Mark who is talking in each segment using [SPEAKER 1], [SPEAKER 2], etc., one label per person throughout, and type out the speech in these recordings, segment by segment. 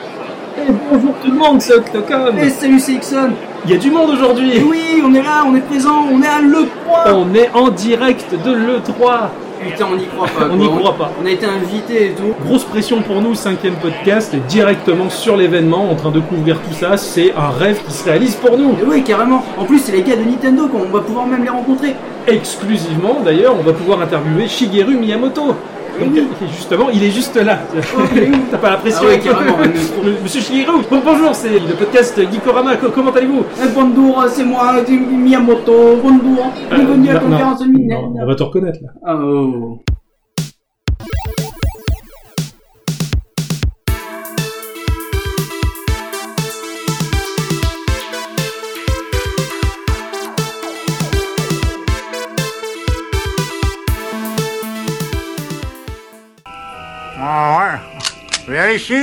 [SPEAKER 1] Et Eh, bonjour tout le monde, c'est Octocom
[SPEAKER 2] Et salut, c'est Ixon.
[SPEAKER 1] Il y a du monde
[SPEAKER 2] Et
[SPEAKER 1] aujourd'hui
[SPEAKER 2] oui, on est là, on est présent, on est à le point.
[SPEAKER 1] On est en direct de l'E3
[SPEAKER 2] Oh, Putain, on n'y croit pas.
[SPEAKER 1] On
[SPEAKER 2] quoi.
[SPEAKER 1] n'y croit pas
[SPEAKER 2] On a été invité et tout.
[SPEAKER 1] Grosse pression pour nous, cinquième podcast, directement sur l'événement, en train de couvrir tout ça, c'est un rêve qui se réalise pour nous
[SPEAKER 2] Et oui, carrément. En plus, c'est les gars de Nintendo qu'on va pouvoir même les rencontrer.
[SPEAKER 1] Exclusivement d'ailleurs, on va pouvoir interviewer Shigeru Miyamoto Donc,
[SPEAKER 2] Oui.
[SPEAKER 1] euh, justement, il est juste là. T'as pas la pression
[SPEAKER 2] Ah ouais, carrément.
[SPEAKER 1] Monsieur Shigeru, bon- bonjour, c'est le podcast Geekorama, co- comment allez-vous
[SPEAKER 2] Eh, bonjour, c'est moi, c'est Miyamoto. Bonjour. Bienvenue à la
[SPEAKER 1] Euh, non, non.
[SPEAKER 2] conférence
[SPEAKER 1] On
[SPEAKER 2] Nintendo.
[SPEAKER 1] va te reconnaître là.
[SPEAKER 2] Ah, Oh.
[SPEAKER 3] Ah ouais. Viens ici.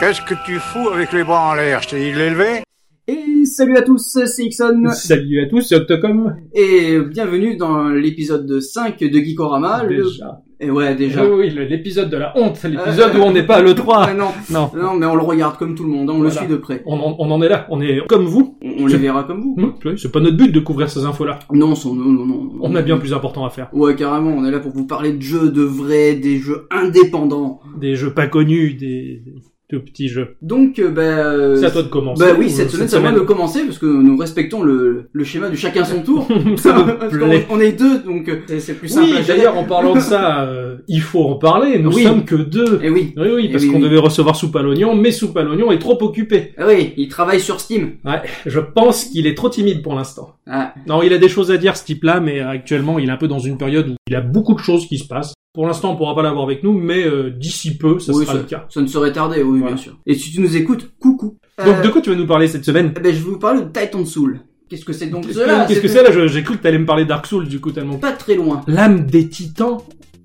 [SPEAKER 3] Qu'est-ce que tu fous avec les bras en l'air Je t'ai dit de l'élever.
[SPEAKER 2] Et salut à tous, c'est Ixon.
[SPEAKER 1] Salut à tous, c'est Octocom.
[SPEAKER 2] Et bienvenue dans l'épisode 5 de Geekorama. Ah, le-
[SPEAKER 1] Déjà.
[SPEAKER 2] Et ouais, déjà. Euh,
[SPEAKER 1] Oui, oui, le- l'épisode de la honte, l'épisode où on n'est pas à
[SPEAKER 2] Ah
[SPEAKER 1] l'E3.
[SPEAKER 2] non,
[SPEAKER 1] Non,
[SPEAKER 2] non, mais on le regarde comme tout le monde, hein, on le
[SPEAKER 1] Voilà.
[SPEAKER 2] suit de près.
[SPEAKER 1] on, en- on en est là, on est comme vous.
[SPEAKER 2] On, on les verra comme vous.
[SPEAKER 1] Hmm, oui, C'est pas notre but de couvrir ces infos-là.
[SPEAKER 2] Non, son- non, non, non.
[SPEAKER 1] On a bien plus important à faire.
[SPEAKER 2] Ouais, carrément, on est là pour vous parler de jeux, de vrais, des jeux indépendants.
[SPEAKER 1] Des jeux pas connus, des, des tout petits jeux.
[SPEAKER 2] Donc, euh, bah... euh,
[SPEAKER 1] C'est à toi de commencer. euh,
[SPEAKER 2] Bah oui,
[SPEAKER 1] ou
[SPEAKER 2] cette semaine, c'est à moi de commencer, parce que nous respectons le, le schéma du chacun son tour.
[SPEAKER 1] Ça me
[SPEAKER 2] Parce qu'on-
[SPEAKER 1] plaît.
[SPEAKER 2] on est deux, donc euh, c'est c'est plus simple. à
[SPEAKER 1] Oui,
[SPEAKER 2] gérer.
[SPEAKER 1] d'ailleurs, en parlant de ça, euh, il faut en parler. Nous
[SPEAKER 2] Oui.
[SPEAKER 1] sommes que deux.
[SPEAKER 2] Eh oui,
[SPEAKER 1] Oui, oui,
[SPEAKER 2] Eh
[SPEAKER 1] parce
[SPEAKER 2] oui,
[SPEAKER 1] qu'on
[SPEAKER 2] oui.
[SPEAKER 1] devait recevoir Soupe à l'oignon, mais Soupe à l'oignon est trop occupé.
[SPEAKER 2] eh oui, il travaille sur Steam.
[SPEAKER 1] Ouais, je pense qu'il est trop timide pour l'instant.
[SPEAKER 2] Ah,
[SPEAKER 1] Non, il a des choses à dire ce type-là, mais actuellement, il est un peu dans une période où il a beaucoup de choses qui se passent. Pour l'instant, on pourra pas l'avoir avec nous, mais euh, d'ici peu, ça
[SPEAKER 2] oui,
[SPEAKER 1] sera le cas.
[SPEAKER 2] ça ne serait tardé, oui,
[SPEAKER 1] Voilà.
[SPEAKER 2] bien sûr. Et si tu nous écoutes, coucou.
[SPEAKER 1] Donc,
[SPEAKER 2] Euh,
[SPEAKER 1] de quoi tu vas nous parler cette semaine
[SPEAKER 2] eh ben, je vais vous parler de Titan Soul. Qu'est-ce que c'est donc
[SPEAKER 1] Qu'est-ce
[SPEAKER 2] cela
[SPEAKER 1] que- qu'est-ce que c'est là Je- J'ai cru que t'allais me parler Dark Souls, du coup, tellement.
[SPEAKER 2] Pas très loin.
[SPEAKER 1] L'âme des titans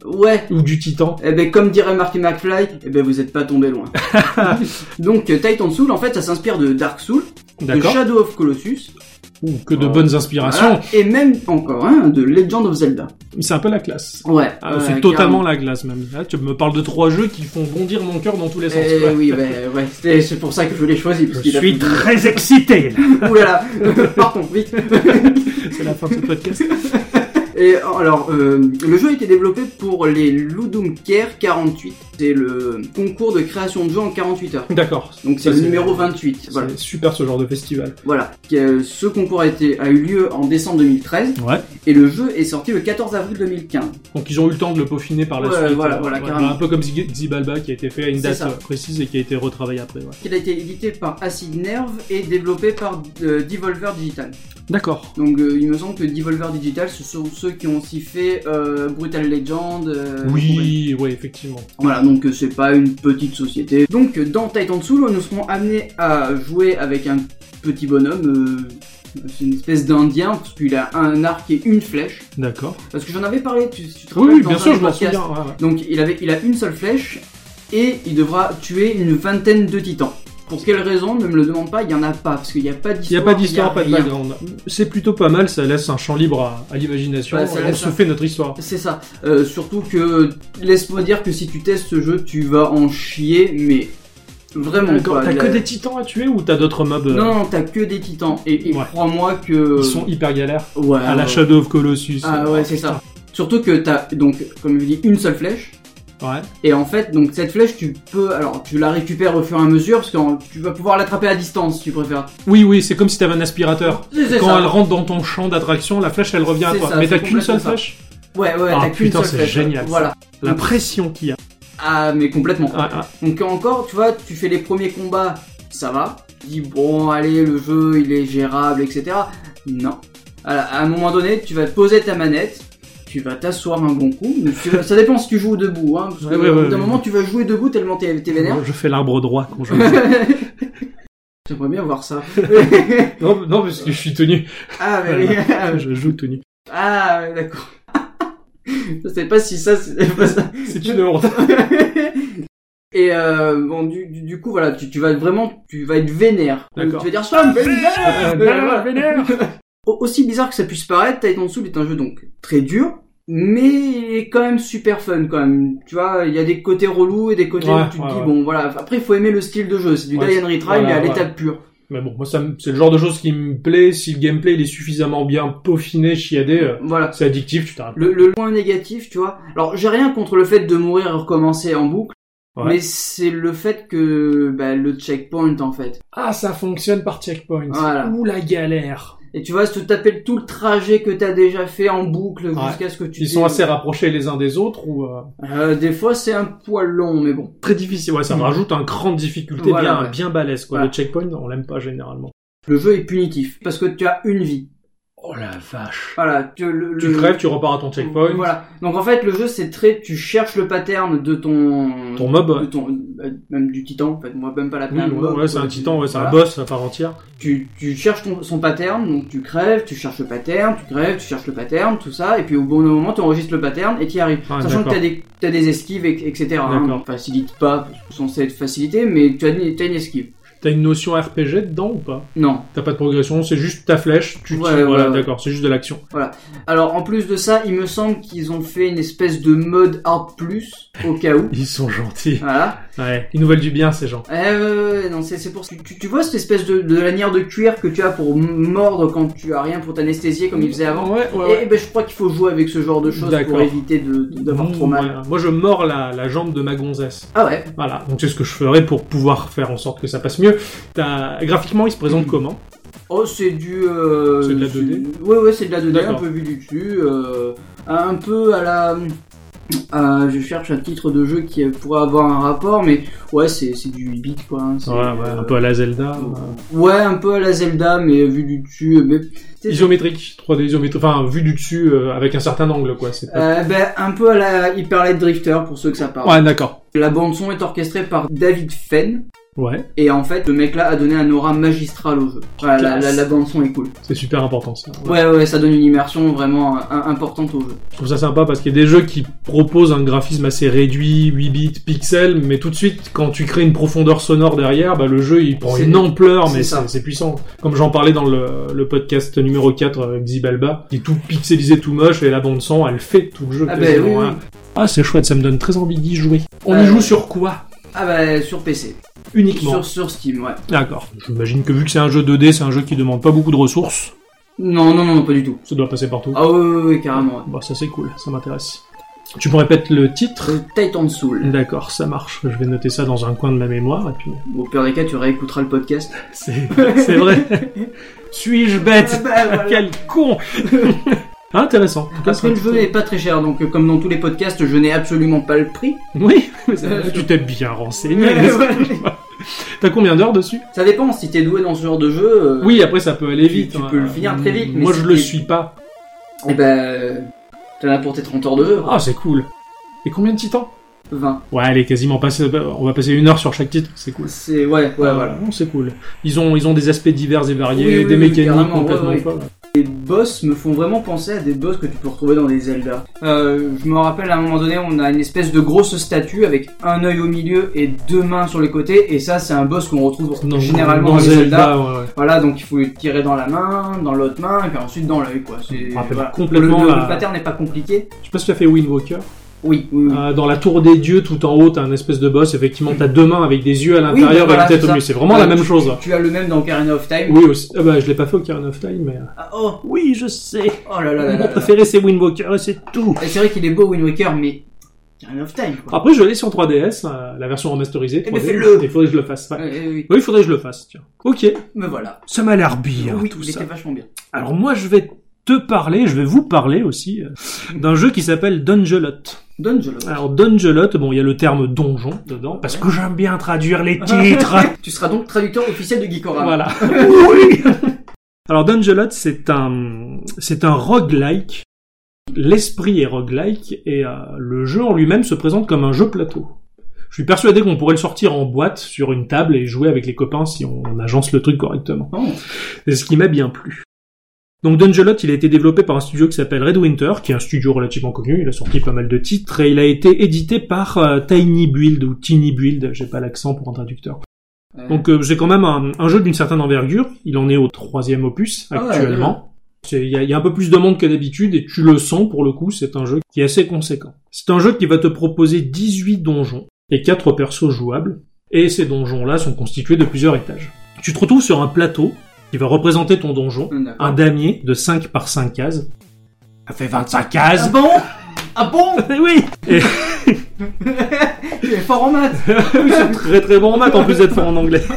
[SPEAKER 2] Ouais,
[SPEAKER 1] Ou du titan
[SPEAKER 2] Eh ben, comme dirait Marty McFly, eh ben, vous êtes pas tombé loin. Donc, euh, Titan Soul, en fait, ça s'inspire de Dark Soul, de
[SPEAKER 1] D'accord
[SPEAKER 2] Shadow of Colossus,
[SPEAKER 1] Ou que de bonnes inspirations.
[SPEAKER 2] voilà, et même encore, hein, de Legend of Zelda.
[SPEAKER 1] C'est un peu la classe.
[SPEAKER 2] Ouais.
[SPEAKER 1] Ah,
[SPEAKER 2] ouais,
[SPEAKER 1] c'est totalement la glace, même. Là, tu me parles de trois jeux qui font bondir mon cœur dans tous les sens.
[SPEAKER 2] carrément. Eh
[SPEAKER 1] Ouais.
[SPEAKER 2] oui, ben, ouais, c'est c'est pour ça que je l'ai choisi. parce
[SPEAKER 1] Je
[SPEAKER 2] qu'il a-
[SPEAKER 1] suis très excité là.
[SPEAKER 2] Ouh là là, partons, vite.
[SPEAKER 1] C'est la fin de ce podcast.
[SPEAKER 2] Et alors, euh, le jeu a été développé pour les Ludum Care 48. C'est le concours de création de jeux en 48 heures.
[SPEAKER 1] D'accord.
[SPEAKER 2] Donc
[SPEAKER 1] Ça,
[SPEAKER 2] c'est le numéro 28.
[SPEAKER 1] c'est
[SPEAKER 2] Voilà.
[SPEAKER 1] Super ce genre de festival.
[SPEAKER 2] voilà. Euh, Ce concours a, été, a eu lieu en décembre 2013.
[SPEAKER 1] Ouais.
[SPEAKER 2] Et le jeu est sorti le 14 avril 2015.
[SPEAKER 1] Donc ils ont eu le temps de le peaufiner par la
[SPEAKER 2] Ouais,
[SPEAKER 1] suite.
[SPEAKER 2] voilà,
[SPEAKER 1] Euh,
[SPEAKER 2] voilà,
[SPEAKER 1] ouais,
[SPEAKER 2] carrément.
[SPEAKER 1] un peu comme Zig- Zibalba qui a été fait à une
[SPEAKER 2] C'est
[SPEAKER 1] date
[SPEAKER 2] ça.
[SPEAKER 1] euh, précise et qui a été retravaillé après. ouais.
[SPEAKER 2] Il a été édité par Acid Nerve et développé par euh, Devolver Digital.
[SPEAKER 1] D'accord.
[SPEAKER 2] Donc euh, il me semble que Devolver Digital, ce sont ceux qui ont aussi fait euh, Brutal Legend. euh, ouais.
[SPEAKER 1] oui, ouais, effectivement.
[SPEAKER 2] Voilà, donc euh, c'est pas une petite société. Donc euh, dans Titan Soul, nous serons amenés à jouer avec un petit bonhomme. euh, c'est une espèce d'indien, parce qu'il a un arc et une flèche.
[SPEAKER 1] D'accord.
[SPEAKER 2] Parce que j'en avais parlé, tu, tu te
[SPEAKER 1] Oui,
[SPEAKER 2] rappelles
[SPEAKER 1] oui,
[SPEAKER 2] dans
[SPEAKER 1] bien
[SPEAKER 2] un
[SPEAKER 1] sûr,
[SPEAKER 2] des
[SPEAKER 1] je m'en
[SPEAKER 2] podcasts.
[SPEAKER 1] souviens. ouais, ouais.
[SPEAKER 2] Donc il, avait, il a une seule flèche et il devra tuer une vingtaine de titans. Pour quelle raison Ne me le demande pas, il n'y en a pas, parce qu'il n'y a pas d'histoire.
[SPEAKER 1] Il n'y a pas d'histoire, pas de
[SPEAKER 2] rien.
[SPEAKER 1] background. C'est plutôt pas mal, ça laisse un champ libre à, à l'imagination.
[SPEAKER 2] Ouais, ça
[SPEAKER 1] et on
[SPEAKER 2] laisse
[SPEAKER 1] se
[SPEAKER 2] un-
[SPEAKER 1] fait notre histoire.
[SPEAKER 2] C'est ça. Euh, surtout que, laisse-moi dire que si tu testes ce jeu, tu vas en chier, mais vraiment
[SPEAKER 1] D'accord.
[SPEAKER 2] quoi.
[SPEAKER 1] T'as
[SPEAKER 2] La-
[SPEAKER 1] que des titans à tuer ou t'as d'autres mobs euh,
[SPEAKER 2] Non, non, t'as que des titans. Et, et
[SPEAKER 1] Ouais.
[SPEAKER 2] crois-moi que...
[SPEAKER 1] Ils sont hyper galères.
[SPEAKER 2] Ouais,
[SPEAKER 1] À la
[SPEAKER 2] ouais.
[SPEAKER 1] Shadow of Colossus.
[SPEAKER 2] bah, euh, Ah ouais, c'est ça. Surtout que t'as, donc, comme je dis, une seule flèche.
[SPEAKER 1] Ouais.
[SPEAKER 2] Et en fait, donc cette flèche, tu peux, alors tu la récupères au fur et à mesure, parce que en- tu vas pouvoir l'attraper à distance, si tu préfères.
[SPEAKER 1] Oui, oui, c'est comme si t'avais un aspirateur.
[SPEAKER 2] C'est c'est
[SPEAKER 1] Quand
[SPEAKER 2] ça.
[SPEAKER 1] elle rentre dans ton champ d'attraction, la flèche elle revient à
[SPEAKER 2] C'est
[SPEAKER 1] toi.
[SPEAKER 2] ça,
[SPEAKER 1] Mais t'as
[SPEAKER 2] c'est
[SPEAKER 1] qu'une seule
[SPEAKER 2] complètement ça. Mm.
[SPEAKER 1] flèche.
[SPEAKER 2] Ouais, ouais,
[SPEAKER 1] Ah,
[SPEAKER 2] t'as qu'une
[SPEAKER 1] putain,
[SPEAKER 2] seule
[SPEAKER 1] c'est
[SPEAKER 2] flèche.
[SPEAKER 1] génial, ça.
[SPEAKER 2] Voilà.
[SPEAKER 1] La pression qu'il y a.
[SPEAKER 2] Ah, mais complètement.
[SPEAKER 1] Ah, ah.
[SPEAKER 2] Donc encore, tu vois, tu fais les premiers combats, ça va. Tu dis, bon, allez, le jeu, il est gérable, etc. Non. À, la- à un moment donné, tu vas poser ta manette, tu vas t'asseoir un bon coup. mais tu vas- ça dépend si tu joues debout, hein, parce que
[SPEAKER 1] Ouais, ouais,
[SPEAKER 2] au bout
[SPEAKER 1] ouais,
[SPEAKER 2] d'un
[SPEAKER 1] ouais.
[SPEAKER 2] moment, tu vas jouer debout tellement t'es t'es vénère.
[SPEAKER 1] Moi, Je fais l'arbre droit quand je.
[SPEAKER 2] J'aimerais bien voir ça.
[SPEAKER 1] non, non, parce que je suis tenu.
[SPEAKER 2] ah, mais...
[SPEAKER 1] Je joue tenu.
[SPEAKER 2] Ah, ouais, d'accord. je sais pas si ça, c'est pas ça.
[SPEAKER 1] C'est une honte.
[SPEAKER 2] Et euh, bon, du, du, du coup, voilà, tu, tu vas vraiment, tu vas être vénère. Tu
[SPEAKER 1] D'accord.
[SPEAKER 2] vas dire, ça me fait
[SPEAKER 1] Euh,
[SPEAKER 2] vénère
[SPEAKER 1] vénère.
[SPEAKER 2] Au- Aussi bizarre que ça puisse paraître, Titan Soul est un jeu donc très dur, mais il est quand même super fun quand même. Tu vois, il y a des côtés relous et des côtés
[SPEAKER 1] Ouais,
[SPEAKER 2] où tu te
[SPEAKER 1] ouais,
[SPEAKER 2] dis
[SPEAKER 1] ouais.
[SPEAKER 2] bon voilà. Après, il faut aimer le style de jeu. C'est du
[SPEAKER 1] Ouais,
[SPEAKER 2] die and retry
[SPEAKER 1] voilà,
[SPEAKER 2] mais à
[SPEAKER 1] ouais.
[SPEAKER 2] l'état pur.
[SPEAKER 1] Mais bon, moi, ça me- c'est le genre de choses qui me plaît. Si le gameplay il est suffisamment bien peaufiné, chiadé, euh,
[SPEAKER 2] Voilà.
[SPEAKER 1] c'est addictif, tu t'arrêtes.
[SPEAKER 2] Le, le point négatif, tu vois. Alors, j'ai rien contre le fait de mourir et recommencer en boucle,
[SPEAKER 1] Ouais.
[SPEAKER 2] mais c'est le fait que bah, le checkpoint en fait.
[SPEAKER 1] Ah, ça fonctionne par checkpoint.
[SPEAKER 2] Voilà.
[SPEAKER 1] Ouh, la galère.
[SPEAKER 2] Et tu vois, se taper tout le trajet que t'as déjà fait en boucle
[SPEAKER 1] Ouais.
[SPEAKER 2] jusqu'à ce que tu.
[SPEAKER 1] Ils
[SPEAKER 2] dis-
[SPEAKER 1] sont assez rapprochés les uns des autres ou euh,
[SPEAKER 2] Euh, des fois, c'est un poil long, mais bon.
[SPEAKER 1] très difficile. Ouais, ça
[SPEAKER 2] Mm.
[SPEAKER 1] rajoute un cran de difficulté
[SPEAKER 2] Voilà,
[SPEAKER 1] bien,
[SPEAKER 2] ouais.
[SPEAKER 1] bien balèze. Quoi.
[SPEAKER 2] Voilà.
[SPEAKER 1] Le checkpoint, on l'aime pas généralement.
[SPEAKER 2] Le jeu est punitif parce que tu as une vie.
[SPEAKER 1] Oh la vache.
[SPEAKER 2] Voilà. Tu, le,
[SPEAKER 1] Tu
[SPEAKER 2] le-
[SPEAKER 1] crèves, tu repars à ton checkpoint.
[SPEAKER 2] Voilà. Donc en fait, le jeu, c'est très. Tu cherches le pattern de ton.
[SPEAKER 1] Ton mob.
[SPEAKER 2] de ton- euh, même du titan, en fait. Moi, même pas la euh,
[SPEAKER 1] Oui,
[SPEAKER 2] peine.
[SPEAKER 1] ouais, ouais, c'est un titan, ouais, c'est
[SPEAKER 2] Voilà.
[SPEAKER 1] un boss à part entière.
[SPEAKER 2] Tu, tu cherches ton- son pattern, donc tu crèves, tu cherches le pattern, tu crèves, tu cherches le pattern, tout ça, et puis au bon moment, tu enregistres le pattern et tu y arrives.
[SPEAKER 1] Ah,
[SPEAKER 2] Sachant que
[SPEAKER 1] d'accord.
[SPEAKER 2] t'as des, t'as des esquives, et- etc. Hein,
[SPEAKER 1] D'accord.
[SPEAKER 2] on facilite pas, parce que c'est censé être facilité, mais tu as, une- t'as une esquive.
[SPEAKER 1] T'as une notion RPG dedans ou pas
[SPEAKER 2] Non.
[SPEAKER 1] T'as pas de progression, c'est juste ta flèche, tu
[SPEAKER 2] Ouais,
[SPEAKER 1] tires, voilà,
[SPEAKER 2] ouais, ouais.
[SPEAKER 1] d'accord, c'est juste de l'action.
[SPEAKER 2] Alors en plus de ça, il me semble qu'ils ont fait une espèce de mode hard plus, au cas où.
[SPEAKER 1] Ils sont gentils.
[SPEAKER 2] Voilà.
[SPEAKER 1] Ouais, ils nous veulent du bien ces gens.
[SPEAKER 2] Euh, ouais, non, c'est c'est pour tu, tu, tu vois cette espèce de, de lanière de cuir que tu as pour m- mordre quand tu as rien pour t'anesthésier comme il faisait avant.
[SPEAKER 1] Ouais, ouais,
[SPEAKER 2] Et
[SPEAKER 1] ouais.
[SPEAKER 2] ben je crois qu'il faut jouer avec ce genre de choses pour
[SPEAKER 1] D'accord.
[SPEAKER 2] éviter de- de- d'avoir
[SPEAKER 1] Mmh,
[SPEAKER 2] trop mal.
[SPEAKER 1] voilà. Moi je mords la, la jambe de ma gonzesse.
[SPEAKER 2] Ah ouais.
[SPEAKER 1] Voilà, donc c'est ce que je ferais pour pouvoir faire en sorte que ça passe mieux. T'as- Graphiquement, il se présente
[SPEAKER 2] Mmh.
[SPEAKER 1] comment
[SPEAKER 2] Oh c'est du. Euh,
[SPEAKER 1] C'est de la 2D?
[SPEAKER 2] c'est- Ouais ouais c'est de la 2D un
[SPEAKER 1] D'accord.
[SPEAKER 2] peu vu du dessus, euh, un peu à la. à- je cherche un titre de jeu qui pourrait avoir un rapport, mais ouais c'est c'est du 8 bit quoi. hein, c'est,
[SPEAKER 1] Ouais, ouais,
[SPEAKER 2] euh,
[SPEAKER 1] un peu à la Zelda. euh,
[SPEAKER 2] ouais, un peu à la Zelda mais vu du dessus. euh, Mais... c'est-
[SPEAKER 1] Isométrique, 3D isométrique, enfin vu du dessus euh, avec un certain angle quoi. C'est pas...
[SPEAKER 2] Euh, ben, un peu à la Hyperlight Drifter pour ceux que ça parle.
[SPEAKER 1] Ouais, d'accord.
[SPEAKER 2] La bande son est orchestrée par David Fenn
[SPEAKER 1] Ouais,
[SPEAKER 2] et en fait le mec là a donné un aura magistral au jeu. Voilà, la,
[SPEAKER 1] Classe.
[SPEAKER 2] la- la bande son est cool.
[SPEAKER 1] c'est super important ça. Ouais.
[SPEAKER 2] Ouais ouais ça donne une immersion vraiment euh, importante au jeu.
[SPEAKER 1] Je trouve ça sympa parce qu'il y a des jeux qui proposent un graphisme assez réduit, 8 bits, pixels, mais tout de suite, quand tu crées une profondeur sonore derrière, bah, le jeu il prend
[SPEAKER 2] C'est-
[SPEAKER 1] une ampleur, mais
[SPEAKER 2] c'est ça.
[SPEAKER 1] c'est c'est puissant. Comme j'en parlais dans le, le podcast numéro 4 avec Zibalba, qui est tout pixelisé, tout moche, et la bande son, elle fait tout le jeu.
[SPEAKER 2] Ah bah
[SPEAKER 1] quasiment,
[SPEAKER 2] oui, oui.
[SPEAKER 1] hein. Ah, c'est chouette, ça me donne très envie d'y jouer. On
[SPEAKER 2] Euh,
[SPEAKER 1] y joue sur quoi
[SPEAKER 2] Ah bah sur PC,
[SPEAKER 1] Uniquement.
[SPEAKER 2] sur, sur Steam ouais.
[SPEAKER 1] D'accord. J'imagine que vu que c'est un jeu 2D, c'est un jeu qui demande pas beaucoup de ressources.
[SPEAKER 2] Non non non non, pas du tout.
[SPEAKER 1] Ça doit passer partout.
[SPEAKER 2] Ah ouais ouais, ouais, carrément. ouais.
[SPEAKER 1] Bah, ça c'est cool, ça m'intéresse. Tu me répètes le titre
[SPEAKER 2] Euh, Titan Soul.
[SPEAKER 1] D'accord, ça marche. Je vais noter ça dans un coin de ma mémoire et puis euh,
[SPEAKER 2] Au pire des cas, tu réécouteras le podcast.
[SPEAKER 1] c'est c'est vrai. Suis-je bête
[SPEAKER 2] Ah bah, voilà.
[SPEAKER 1] Quel con Intéressant.
[SPEAKER 2] Parce que le jeu n'est pas très cher, donc euh, comme dans tous les podcasts, je n'ai absolument pas le prix.
[SPEAKER 1] Oui, tu t'es bien renseigné.
[SPEAKER 2] Ouais,
[SPEAKER 1] n'est-ce
[SPEAKER 2] ouais.
[SPEAKER 1] pas T'as combien d'heures dessus
[SPEAKER 2] Ça dépend, si t'es doué dans ce genre de jeu, euh,
[SPEAKER 1] Oui, après ça peut aller
[SPEAKER 2] tu-
[SPEAKER 1] vite.
[SPEAKER 2] tu
[SPEAKER 1] hein.
[SPEAKER 2] peux le finir très vite, mais
[SPEAKER 1] Moi
[SPEAKER 2] si
[SPEAKER 1] je le
[SPEAKER 2] t'es-
[SPEAKER 1] suis pas.
[SPEAKER 2] Et ben, t'en as pour tes 30 heures de jeu.
[SPEAKER 1] Ah, c'est cool. Et combien de titans
[SPEAKER 2] 20.
[SPEAKER 1] Ouais, elle est quasiment passée. On va passer une heure sur chaque titre, c'est cool.
[SPEAKER 2] C'est, ouais, ouais,
[SPEAKER 1] Ah,
[SPEAKER 2] voilà.
[SPEAKER 1] non, c'est cool. Ils ont, ils ont des aspects divers et variés,
[SPEAKER 2] Oui, oui,
[SPEAKER 1] des
[SPEAKER 2] oui,
[SPEAKER 1] mécaniques
[SPEAKER 2] carrément,
[SPEAKER 1] complètement
[SPEAKER 2] ouais, ouais.
[SPEAKER 1] folles.
[SPEAKER 2] Les boss me font vraiment penser à des boss que tu peux retrouver dans des Zelda. Euh, je me rappelle à un moment donné, on a une espèce de grosse statue avec un œil au milieu et deux mains sur les côtés, et ça, c'est un boss qu'on retrouve
[SPEAKER 1] Dans-
[SPEAKER 2] généralement dans,
[SPEAKER 1] dans
[SPEAKER 2] les Zelda.
[SPEAKER 1] ouais, ouais.
[SPEAKER 2] Voilà, donc il faut le tirer dans la main, dans l'autre main, et puis ensuite dans l'œil, quoi. C'est,
[SPEAKER 1] Je me rappelle
[SPEAKER 2] voilà.
[SPEAKER 1] complètement
[SPEAKER 2] le, le-
[SPEAKER 1] la-
[SPEAKER 2] le pattern n'est pas compliqué.
[SPEAKER 1] Je sais pas si tu as fait Wind Walker.
[SPEAKER 2] Oui, oui, oui.
[SPEAKER 1] Euh, dans la tour des dieux, tout en haut, t'as un espèce de boss. Effectivement, t'as deux mains avec des yeux à Euh,
[SPEAKER 2] Oui, bah,
[SPEAKER 1] l'intérieur
[SPEAKER 2] voilà,
[SPEAKER 1] et une
[SPEAKER 2] c'est
[SPEAKER 1] tête au
[SPEAKER 2] ça.
[SPEAKER 1] milieu. bah C'est vraiment
[SPEAKER 2] Ouais,
[SPEAKER 1] la même chose.
[SPEAKER 2] Tu as le même dans Ocarina of Time.
[SPEAKER 1] Oui, aussi. Ah bah, je l'ai pas fait au Karen of Time, mais. euh,
[SPEAKER 2] Ah, oh,
[SPEAKER 1] Oui, je sais.
[SPEAKER 2] oh là là là
[SPEAKER 1] Mon
[SPEAKER 2] là là.
[SPEAKER 1] préféré, c'est Wind Walker et c'est tout.
[SPEAKER 2] Et c'est vrai qu'il est beau Wind Waker, mais Ocarina of Time, quoi.
[SPEAKER 1] Après, je l'ai sur 3DS, euh, la version remasterisée.
[SPEAKER 2] Eh ben,
[SPEAKER 1] 3D.
[SPEAKER 2] fais-le.
[SPEAKER 1] Il faudrait que je le fasse. ouais.
[SPEAKER 2] Ouais, ouais, ouais.
[SPEAKER 1] Oui, il faudrait que je le fasse, tiens. Ok.
[SPEAKER 2] Mais voilà.
[SPEAKER 1] Ça m'a l'air bien,
[SPEAKER 2] oui,
[SPEAKER 1] tout
[SPEAKER 2] il
[SPEAKER 1] ça.
[SPEAKER 2] était vachement bien.
[SPEAKER 1] Alors moi je vais te parler, je vais vous parler aussi euh, d'un jeu qui s'appelle Dungelot.
[SPEAKER 2] Donjolo.
[SPEAKER 1] Alors Dungelot, bon il y a le terme donjon dedans parce que j'aime bien traduire les titres.
[SPEAKER 2] Tu seras donc traducteur officiel de Geekorama.
[SPEAKER 1] voilà. Oui. Alors Dungelot c'est un c'est un roguelike. L'esprit est roguelike et euh, le jeu en lui-même se présente comme un jeu plateau. Je suis persuadé qu'on pourrait le sortir en boîte sur une table et jouer avec les copains si on- on agence le truc correctement.
[SPEAKER 2] Oh,
[SPEAKER 1] C'est ce qui m'a bien plu. Donc Dungelot, il a été développé par un studio qui s'appelle Red Winter, qui est un studio relativement connu, il a sorti pas mal de titres, et il a été édité par euh, Tiny Build, ou Tiny Build, j'ai pas l'accent pour un traducteur.
[SPEAKER 2] euh,
[SPEAKER 1] Donc euh, c'est quand même un, un jeu d'une certaine envergure, il en est au troisième opus
[SPEAKER 2] Ah ouais,
[SPEAKER 1] actuellement. C'est- Il y, a- il y a un peu plus de monde que d'habitude et tu le sens pour le coup, c'est un jeu qui est assez conséquent. C'est un jeu qui va te proposer 18 donjons et 4 persos jouables et ces donjons-là sont constitués de plusieurs étages. Tu te retrouves sur un plateau qui va représenter ton donjon,
[SPEAKER 2] D'accord.
[SPEAKER 1] un damier de 5 par 5 cases. Ça fait 25
[SPEAKER 2] Ah
[SPEAKER 1] cases
[SPEAKER 2] bon Ah bon
[SPEAKER 1] Eh Oui Et
[SPEAKER 2] Il est fort en maths
[SPEAKER 1] ils sont très très bons en maths en plus d'être forts en anglais.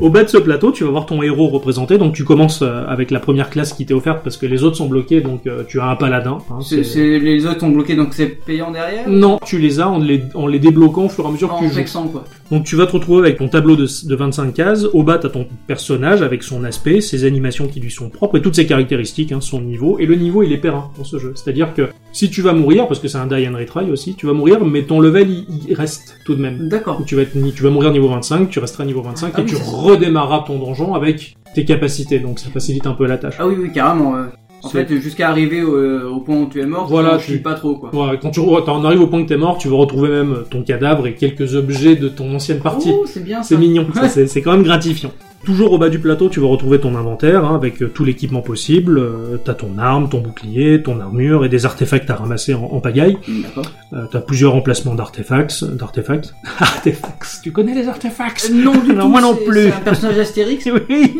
[SPEAKER 1] Au bas de ce plateau, tu vas voir ton héros représenté, donc tu commences euh, avec la première classe qui t'est offerte parce que les autres sont bloqués, donc euh, tu as un paladin. hein,
[SPEAKER 2] C'est- c'est- Les autres ont bloqué donc c'est payant derrière
[SPEAKER 1] Non, tu les as en les, en les débloquant au fur et à mesure que
[SPEAKER 2] En
[SPEAKER 1] tu joues.
[SPEAKER 2] flexant quoi.
[SPEAKER 1] Donc tu vas te retrouver avec ton tableau de, de 25 cases, au bas t'as ton personnage avec son aspect, ses animations qui lui sont propres et toutes ses caractéristiques, hein, son niveau, et le niveau il est périn dans ce jeu. C'est-à-dire que si tu vas mourir, parce que c'est un die and retry aussi, tu vas mourir mais ton level il, il reste tout de même.
[SPEAKER 2] D'accord.
[SPEAKER 1] Tu vas, être, ni- tu vas mourir niveau 25, tu resteras niveau 25
[SPEAKER 2] Ah
[SPEAKER 1] et
[SPEAKER 2] oui,
[SPEAKER 1] tu
[SPEAKER 2] c'est ça.
[SPEAKER 1] redémarreras ton donjon avec tes capacités, donc ça facilite un peu la tâche.
[SPEAKER 2] Ah oui, oui, carrément. euh, En
[SPEAKER 1] C'est-
[SPEAKER 2] fait, jusqu'à arriver au, au point où tu es mort,
[SPEAKER 1] Voilà,
[SPEAKER 2] je
[SPEAKER 1] tu-
[SPEAKER 2] suis pas trop quoi.
[SPEAKER 1] Ouais, quand tu en arrives au point que t'es mort, tu vas retrouver même ton cadavre et quelques objets de ton ancienne partie.
[SPEAKER 2] Oh, c'est bien ça.
[SPEAKER 1] C'est mignon, ça, c'est c'est quand même gratifiant. Toujours au bas du plateau, tu vas retrouver ton inventaire hein, avec euh, tout l'équipement possible. Euh, t'as ton arme, ton bouclier, ton armure et des artefacts à ramasser en, en pagaille.
[SPEAKER 2] Hmm, D'accord.
[SPEAKER 1] Euh, t'as plusieurs emplacements d'artefacts, d'artefacts, artefacts. Tu connais les artefacts
[SPEAKER 2] Euh, Non, du
[SPEAKER 1] Non,
[SPEAKER 2] tout,
[SPEAKER 1] moi non
[SPEAKER 2] c'est-
[SPEAKER 1] plus.
[SPEAKER 2] C'est un personnage Astérix.
[SPEAKER 1] Oui.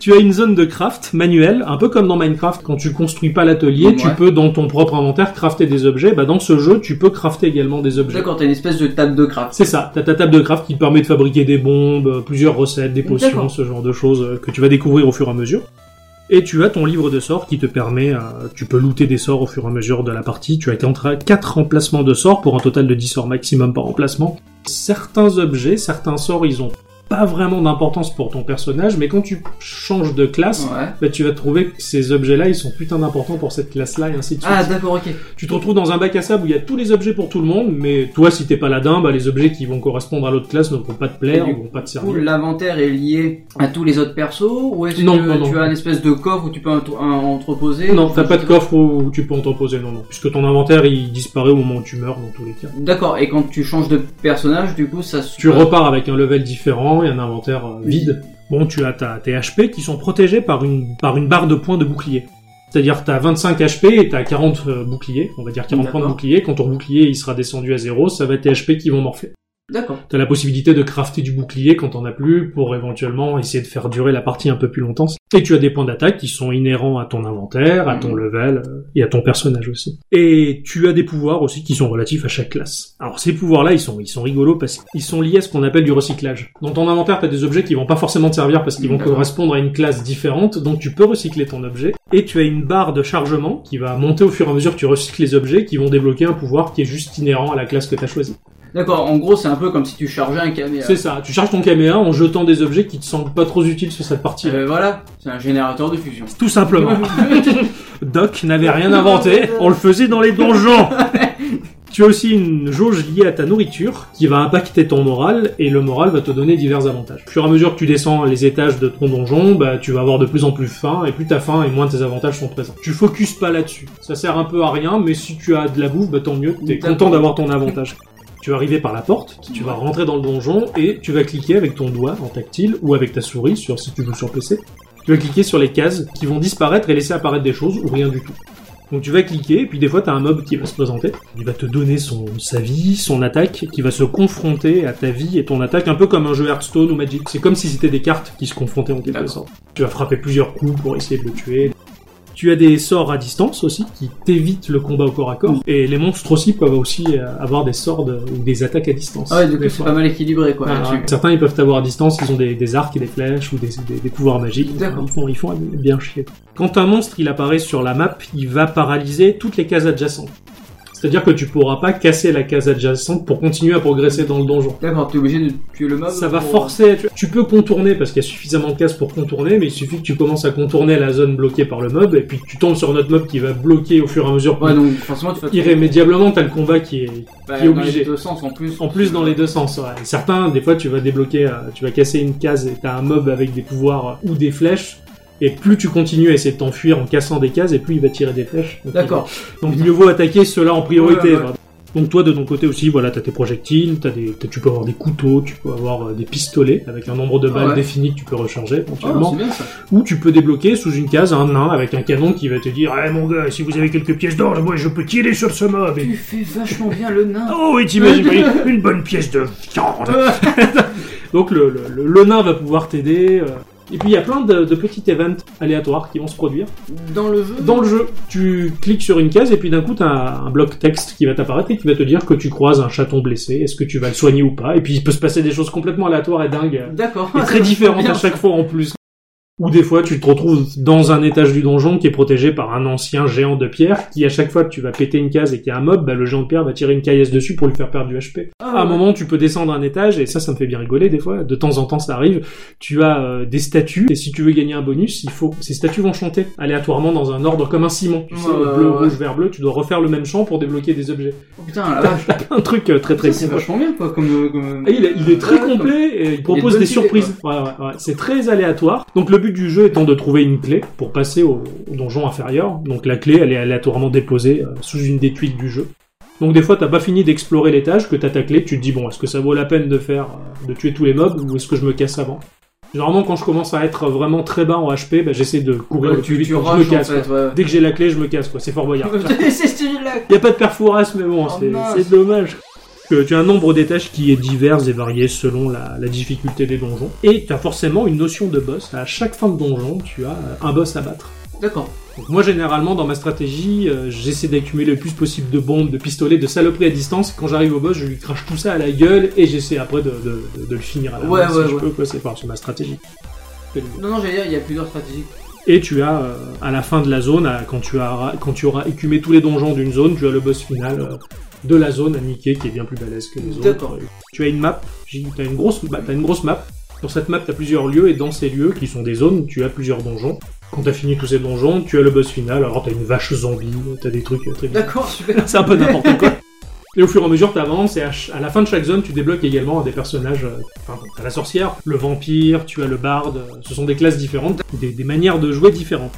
[SPEAKER 1] Tu as une zone de craft manuelle, un peu comme dans Minecraft, quand tu construis pas l'atelier,
[SPEAKER 2] Ouais.
[SPEAKER 1] tu peux dans ton propre inventaire crafter des objets. Bah, dans ce jeu, tu peux crafter également des objets.
[SPEAKER 2] D'accord, t'as une espèce de table de craft.
[SPEAKER 1] C'est ça, t'as ta table de craft qui te permet de fabriquer des bombes, euh, plusieurs recettes, des potions,
[SPEAKER 2] D'accord.
[SPEAKER 1] ce genre de choses euh, que tu vas découvrir au fur et à mesure. Et tu as ton livre de sorts qui te permet, euh, tu peux looter des sorts au fur et à mesure de la partie. Tu as 4 emplacements de sorts pour un total de 10 sorts maximum par emplacement. Certains objets, certains sorts, ils ont pas vraiment d'importance pour ton personnage, mais quand tu changes de classe,
[SPEAKER 2] Ouais.
[SPEAKER 1] bah, tu vas trouver que ces objets-là, ils sont putain d'importants pour cette classe-là, et ainsi de suite.
[SPEAKER 2] Ah, d'accord, ok.
[SPEAKER 1] Tu te retrouves dans un bac à sable où il y a tous les objets pour tout le monde, mais toi, si t'es paladin, bah, les objets qui vont correspondre à l'autre classe ne vont pas te plaire,
[SPEAKER 2] Et
[SPEAKER 1] ne
[SPEAKER 2] du
[SPEAKER 1] vont pas te
[SPEAKER 2] Du coup,
[SPEAKER 1] servir.
[SPEAKER 2] L'inventaire est lié à tous les autres persos ou est-ce que
[SPEAKER 1] Non, non,
[SPEAKER 2] tu
[SPEAKER 1] non.
[SPEAKER 2] as une espèce de coffre où tu peux ent- un- entreposer
[SPEAKER 1] Non,
[SPEAKER 2] tu
[SPEAKER 1] t'as
[SPEAKER 2] peux-
[SPEAKER 1] pas de coffre où où tu peux en t'en poser, non, non. Puisque ton inventaire, il disparaît au moment où tu meurs, dans tous les cas.
[SPEAKER 2] D'accord, et quand tu changes de personnage, du coup, ça se.
[SPEAKER 1] Tu repars avec un level différent et un inventaire euh, vide. Bon, tu as ta- tes HP qui sont protégés par une, par une barre de points de bouclier. C'est-à-dire, t'as 25 HP et t'as 40 euh, boucliers, on va dire 40 points de
[SPEAKER 2] D'accord.
[SPEAKER 1] bouclier. Quand ton bouclier, il sera descendu à zéro, ça va être tes HP qui vont morfler.
[SPEAKER 2] D'accord.
[SPEAKER 1] T'as la possibilité de crafter du bouclier quand t'en as plus pour éventuellement essayer de faire durer la partie un peu plus longtemps. Et tu as des points d'attaque qui sont inhérents à ton inventaire, à ton
[SPEAKER 2] Mhm.
[SPEAKER 1] level euh, et à ton personnage aussi. Et tu as des pouvoirs aussi qui sont relatifs à chaque classe. Alors ces pouvoirs-là, ils sont, ils sont rigolos parce qu'ils sont liés à ce qu'on appelle du recyclage. Dans ton inventaire, t'as des objets qui vont pas forcément te servir parce qu'ils vont
[SPEAKER 2] D'accord.
[SPEAKER 1] correspondre à une classe différente, donc tu peux recycler ton objet. Et tu as une barre de chargement qui va monter au fur et à mesure que tu recycles les objets qui vont débloquer un pouvoir qui est juste inhérent à la classe que t'as choisie.
[SPEAKER 2] D'accord, en gros, c'est un peu comme si tu chargeais un caméra.
[SPEAKER 1] C'est ça, tu charges ton caméra en jetant des objets qui te semblent pas trop utiles sur cette partie-là.
[SPEAKER 2] Euh, voilà, c'est un générateur de fusion.
[SPEAKER 1] Tout simplement. Doc n'avait rien inventé, on le faisait dans les donjons. tu as aussi une jauge liée à ta nourriture qui va impacter ton moral et le moral va te donner divers avantages. Au fur et à mesure que tu descends les étages de ton donjon, bah, tu vas avoir de plus en plus faim et plus t'as faim et moins tes avantages sont présents. Tu focuses pas là-dessus. Ça sert un peu à rien, mais si tu as de la bouffe, bah, tant mieux, t'es
[SPEAKER 2] D'accord.
[SPEAKER 1] content d'avoir ton avantage. Tu vas arriver par la porte, tu vas rentrer dans le donjon et tu vas cliquer avec ton doigt en tactile ou avec ta souris sur, si tu joues sur PC. Tu vas cliquer sur les cases qui vont disparaître et laisser apparaître des choses ou rien du tout. Donc tu vas cliquer, et puis des fois t'as un mob qui va se présenter, il va te donner son, sa vie, son attaque, qui va se confronter à ta vie et ton attaque, un peu comme un jeu Hearthstone ou Magic. C'est comme si c'était des cartes qui se confrontaient en quelque
[SPEAKER 2] D'accord.
[SPEAKER 1] sorte. Tu vas frapper plusieurs coups pour essayer de le tuer. Tu as des sorts à distance aussi qui t'évitent le combat au corps à
[SPEAKER 2] Mm.
[SPEAKER 1] corps, et les monstres aussi peuvent aussi euh, avoir des sorts de- ou des attaques à distance.
[SPEAKER 2] Ah ouais, du coup,
[SPEAKER 1] Des
[SPEAKER 2] c'est
[SPEAKER 1] fois.
[SPEAKER 2] pas mal équilibré quoi.
[SPEAKER 1] Ah,
[SPEAKER 2] là-dessus.
[SPEAKER 1] ouais. Certains ils peuvent avoir à distance, ils ont des, des arcs et des flèches ou des, des- des pouvoirs magiques.
[SPEAKER 2] D'accord.
[SPEAKER 1] Ils font, ils font bien chier. Quand un monstre il apparaît sur la map, il va paralyser toutes les cases adjacentes. C'est-à-dire que tu pourras pas casser la case adjacente pour continuer à progresser dans le donjon.
[SPEAKER 2] D'accord, t'es obligé de tuer le mob.
[SPEAKER 1] Ça va
[SPEAKER 2] pour-
[SPEAKER 1] forcer. Tu, tu peux contourner parce qu'il y a suffisamment de cases pour contourner, mais il suffit que tu commences à contourner la zone bloquée par le mob et puis que tu tombes sur notre mob qui va bloquer au fur et à mesure.
[SPEAKER 2] Ouais, donc forcément, tu vas.
[SPEAKER 1] Irrémédiablement, t'as le combat qui est,
[SPEAKER 2] Bah,
[SPEAKER 1] qui est
[SPEAKER 2] Dans les
[SPEAKER 1] obligé.
[SPEAKER 2] deux sens en plus.
[SPEAKER 1] En plus, dans les deux sens. ouais. Et certains, des fois, tu vas débloquer, euh, tu vas casser une case et t'as un mob avec des pouvoirs euh, ou des flèches. Et plus tu continues à essayer de t'enfuir en cassant des cases, et plus il va tirer des flèches. Donc,
[SPEAKER 2] D'accord. Ah,
[SPEAKER 1] Donc mieux vaut attaquer ceux-là en priorité.
[SPEAKER 2] Ouais, ouais, ouais.
[SPEAKER 1] enfin. Donc toi de ton côté aussi, voilà, t'as tes projectiles, t'as des, t'as- tu peux avoir des couteaux, tu peux avoir euh, des pistolets avec un nombre de
[SPEAKER 2] Ah
[SPEAKER 1] balles
[SPEAKER 2] ouais.
[SPEAKER 1] défini que tu peux recharger
[SPEAKER 2] Ah,
[SPEAKER 1] éventuellement.
[SPEAKER 2] c'est bien ça.
[SPEAKER 1] Ou tu peux débloquer sous une case un nain avec un canon qui va te dire Eh mon gars, si vous avez quelques pièces d'or, moi je peux tirer sur ce mob. Et...
[SPEAKER 2] Tu fais vachement bien le nain.
[SPEAKER 1] Oh oui, t'imagines, oui, une bonne pièce de viande. Donc le, le- le- le nain va pouvoir t'aider. euh. Et puis il y a plein de, de petits events aléatoires qui vont se produire.
[SPEAKER 2] Dans le jeu.
[SPEAKER 1] Dans le jeu, tu cliques sur une case et puis d'un coup, tu as un bloc texte qui va t'apparaître et qui va te dire que tu croises un chaton blessé, est-ce que tu vas le soigner ou pas. Et puis il peut se passer des choses complètement aléatoires et dingues euh.
[SPEAKER 2] D'accord.
[SPEAKER 1] et très différentes à chaque fois en plus. Ou des fois, tu te retrouves dans un étage du donjon qui est protégé par un ancien géant de pierre qui, à chaque fois que tu vas péter une case et qu'il y a un mob, bah, le géant de pierre va tirer une caillasse dessus pour lui faire perdre du HP. À
[SPEAKER 2] Ah,
[SPEAKER 1] un
[SPEAKER 2] ouais.
[SPEAKER 1] moment, tu peux descendre un étage et ça, ça me fait bien rigoler des fois. De temps en temps, ça arrive. Tu as euh, des statues et si tu veux gagner un bonus, il faut ces statues vont chanter aléatoirement dans un ordre comme un ciment. Tu sais,
[SPEAKER 2] Ouais, ouais,
[SPEAKER 1] bleu,
[SPEAKER 2] ouais.
[SPEAKER 1] rouge, vert, bleu. Tu dois refaire le même chant pour débloquer des objets.
[SPEAKER 2] Oh, putain, la vache.
[SPEAKER 1] un truc euh, très très
[SPEAKER 2] Ça, c'est
[SPEAKER 1] cool.
[SPEAKER 2] vachement bien, quoi. Comme. euh, comme-
[SPEAKER 1] Et il, est, il est très
[SPEAKER 2] Ouais, ouais,
[SPEAKER 1] complet et il propose
[SPEAKER 2] bonnes
[SPEAKER 1] des
[SPEAKER 2] idées,
[SPEAKER 1] surprises. Ouais, ouais, ouais. C'est très aléatoire. Donc le but du jeu étant de trouver une clé pour passer au, au donjon inférieur. Donc la clé, elle est aléatoirement déposée euh, sous une des tuiles du jeu. Donc des fois, t'as pas fini d'explorer l'étage, que t'as ta clé, tu te dis bon, est-ce que ça vaut la peine de faire, euh, de tuer tous les mobs ou est-ce que je me casse avant Généralement, quand je commence à être vraiment très bas en HP, bah, j'essaie de courir
[SPEAKER 2] Ouais,
[SPEAKER 1] le plus
[SPEAKER 2] tu,
[SPEAKER 1] vite
[SPEAKER 2] tu
[SPEAKER 1] pour que je me
[SPEAKER 2] rushes en
[SPEAKER 1] casse.
[SPEAKER 2] fait,
[SPEAKER 1] quoi.
[SPEAKER 2] ouais.
[SPEAKER 1] Dès que j'ai la clé, je me casse. quoi. C'est Fort Boyard.
[SPEAKER 2] C'est stylé là.
[SPEAKER 1] Il n'y a pas de perforas, mais bon,
[SPEAKER 2] Oh
[SPEAKER 1] c'est-
[SPEAKER 2] mince.
[SPEAKER 1] c'est dommage. Que tu as un nombre des tâches qui est divers et varié selon la, la difficulté des donjons. Et tu as forcément une notion de boss. À chaque fin de donjon, tu as euh, un boss à battre.
[SPEAKER 2] D'accord.
[SPEAKER 1] Donc moi, généralement, dans ma stratégie, euh, j'essaie d'accumuler le plus possible de bombes, de pistolets, de saloperies à distance. Quand j'arrive au boss, je lui crache tout ça à la gueule et j'essaie après de, de- de- de le finir à la
[SPEAKER 2] Ouais,
[SPEAKER 1] main,
[SPEAKER 2] ouais,
[SPEAKER 1] si je
[SPEAKER 2] ouais.
[SPEAKER 1] peux. quoi. C'est enfin, c'est ma stratégie. C'est le bon.
[SPEAKER 2] Non, non, j'allais dire, il y a plusieurs stratégies.
[SPEAKER 1] Et tu as, euh, à la fin de la zone, à- quand, tu auras, quand tu auras écumé tous les donjons d'une zone, tu as le boss final euh, de la zone à niquer qui est bien plus balèze que les
[SPEAKER 2] D'accord.
[SPEAKER 1] autres. Tu as une map, j'ai dit, t'as une grosse, bah, t'as une grosse map. Sur cette map, t'as plusieurs lieux et dans ces lieux, qui sont des zones, tu as plusieurs donjons. Quand t'as fini tous ces donjons, tu as le boss final. Alors t'as une vache zombie, t'as des trucs euh, très bizarres.
[SPEAKER 2] D'accord, super.
[SPEAKER 1] C'est un peu n'importe quoi. Et au fur et à mesure, t'avances et à, ch- à la fin de chaque zone, tu débloques également des personnages. euh, Enfin, bon, t'as la sorcière, le vampire, tu as le barde. euh, Ce sont des classes différentes, des- des manières de jouer différentes.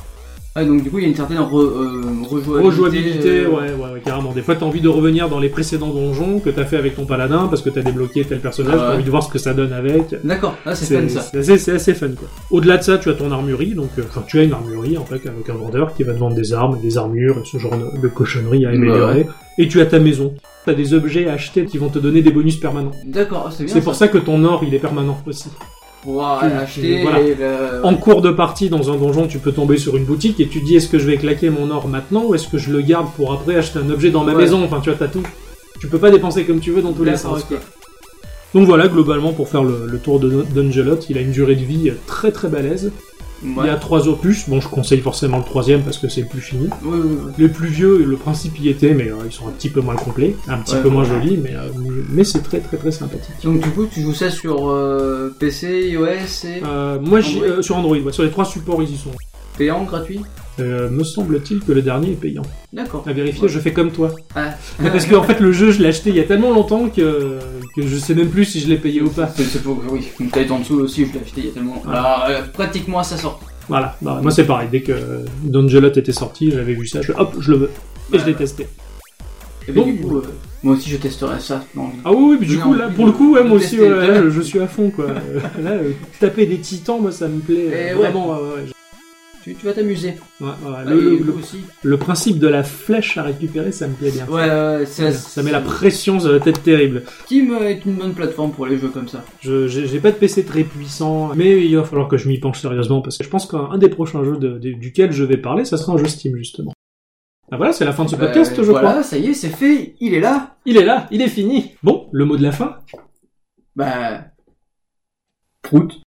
[SPEAKER 2] Ouais, donc du coup, il y a une certaine re- euh, rejouabilité.
[SPEAKER 1] Rejouabilité,
[SPEAKER 2] euh,
[SPEAKER 1] ouais, ouais, ouais, carrément. Des fois, t'as envie de revenir dans les précédents donjons que t'as fait avec ton paladin parce que t'as débloqué tel personnage,
[SPEAKER 2] Ah ouais.
[SPEAKER 1] t'as envie de voir ce que ça donne avec.
[SPEAKER 2] D'accord, ah, c'est fun ça.
[SPEAKER 1] c'est assez, c'est assez fun, quoi. Au-delà de ça, tu as ton armurerie, donc, euh, enfin, tu as une armurerie, en fait, avec un vendeur qui va te vendre des armes, des armures, et ce genre de, de cochonnerie à
[SPEAKER 2] Ouais.
[SPEAKER 1] améliorer. Et tu as ta maison. T'as des objets à acheter qui vont te donner des bonus permanents.
[SPEAKER 2] D'accord, ah, c'est bien.
[SPEAKER 1] C'est pour ça que ton or, il est permanent aussi.
[SPEAKER 2] Pour
[SPEAKER 1] que-
[SPEAKER 2] acheter euh,
[SPEAKER 1] voilà.
[SPEAKER 2] et le-
[SPEAKER 1] En cours de partie dans un donjon, tu peux tomber sur une boutique et tu te dis est-ce que je vais claquer mon or maintenant ou est-ce que je le garde pour après acheter un objet dans ma
[SPEAKER 2] Ouais.
[SPEAKER 1] maison Enfin, tu vois, t'as tout. Tu peux pas dépenser comme tu veux dans tous les
[SPEAKER 2] D'accord,
[SPEAKER 1] sens.
[SPEAKER 2] ok.
[SPEAKER 1] Donc voilà, globalement, pour faire le, le tour de Dun- Dungelot, il a une durée de vie très très balèze. Il y
[SPEAKER 2] Ouais.
[SPEAKER 1] a trois opus. Bon, je conseille forcément le troisième parce que c'est le plus fini.
[SPEAKER 2] Oui, oui, oui.
[SPEAKER 1] Les plus vieux, le principe y était, mais euh, ils sont un petit peu moins complets, un petit
[SPEAKER 2] Ouais.
[SPEAKER 1] peu moins jolis, mais, euh, mais c'est très très très sympathique.
[SPEAKER 2] Donc du coup, tu joues ça sur euh, PC, iOS et
[SPEAKER 1] Euh, moi, j'y-
[SPEAKER 2] Android.
[SPEAKER 1] euh, sur Android, ouais, sur les trois supports, ils y sont.
[SPEAKER 2] payant, gratuit
[SPEAKER 1] Euh, me semble-t-il que le dernier est payant.
[SPEAKER 2] D'accord.
[SPEAKER 1] À vérifier,
[SPEAKER 2] Ouais.
[SPEAKER 1] je fais comme toi.
[SPEAKER 2] Ah.
[SPEAKER 1] Mais parce que en fait, le jeu, je l'ai acheté il y a tellement longtemps que, que je sais même plus si je l'ai payé ou pas.
[SPEAKER 2] Ah, C'est- C'est pour... Oui, une tête en dessous aussi, je l'ai acheté il y a tellement... Alors, euh, pratiquement à sa sortie.
[SPEAKER 1] Voilà, Bah, moi c'est pareil. Dès que Dangelot était sorti, j'avais vu ça, je fais, hop, je le veux. Et je l'ai testé.
[SPEAKER 2] Et ben,
[SPEAKER 1] Bon.
[SPEAKER 2] du coup, euh, moi aussi je testerai ça dans le-
[SPEAKER 1] Ah oui, oui, puis du
[SPEAKER 2] Non,
[SPEAKER 1] coup, là,
[SPEAKER 2] puis
[SPEAKER 1] pour le coup,
[SPEAKER 2] de-
[SPEAKER 1] ouais, moi
[SPEAKER 2] de
[SPEAKER 1] aussi,
[SPEAKER 2] tester,
[SPEAKER 1] ouais,
[SPEAKER 2] voilà.
[SPEAKER 1] là, je, je suis à fond, quoi. Euh, là, euh, taper des titans, moi, ça me plaît. euh,
[SPEAKER 2] Eh ouais.
[SPEAKER 1] vraiment, ouais, ouais, je-
[SPEAKER 2] Tu, tu vas t'amuser.
[SPEAKER 1] ouais, ouais,
[SPEAKER 2] Et
[SPEAKER 1] le, le-
[SPEAKER 2] vous
[SPEAKER 1] le-
[SPEAKER 2] aussi.
[SPEAKER 1] le principe de la flèche à récupérer, ça me plaît bien.
[SPEAKER 2] Ouais, ouais, Ah, ça,
[SPEAKER 1] Ça met la pression sur la tête terrible.
[SPEAKER 2] Steam est une bonne plateforme pour les jeux comme ça.
[SPEAKER 1] Je j'ai j'ai pas de PC très puissant, mais il va falloir que je m'y penche sérieusement parce que je pense qu'un un des prochains jeux de- de- duquel je vais parler, ça sera un jeu Steam justement. Ah voilà, c'est la fin de ce podcast,
[SPEAKER 2] Euh,
[SPEAKER 1] je
[SPEAKER 2] voilà,
[SPEAKER 1] crois.
[SPEAKER 2] ça y est, c'est fait, il est là.
[SPEAKER 1] Il est là, il est fini. Bon, le mot de la fin.
[SPEAKER 2] Bah. Prout.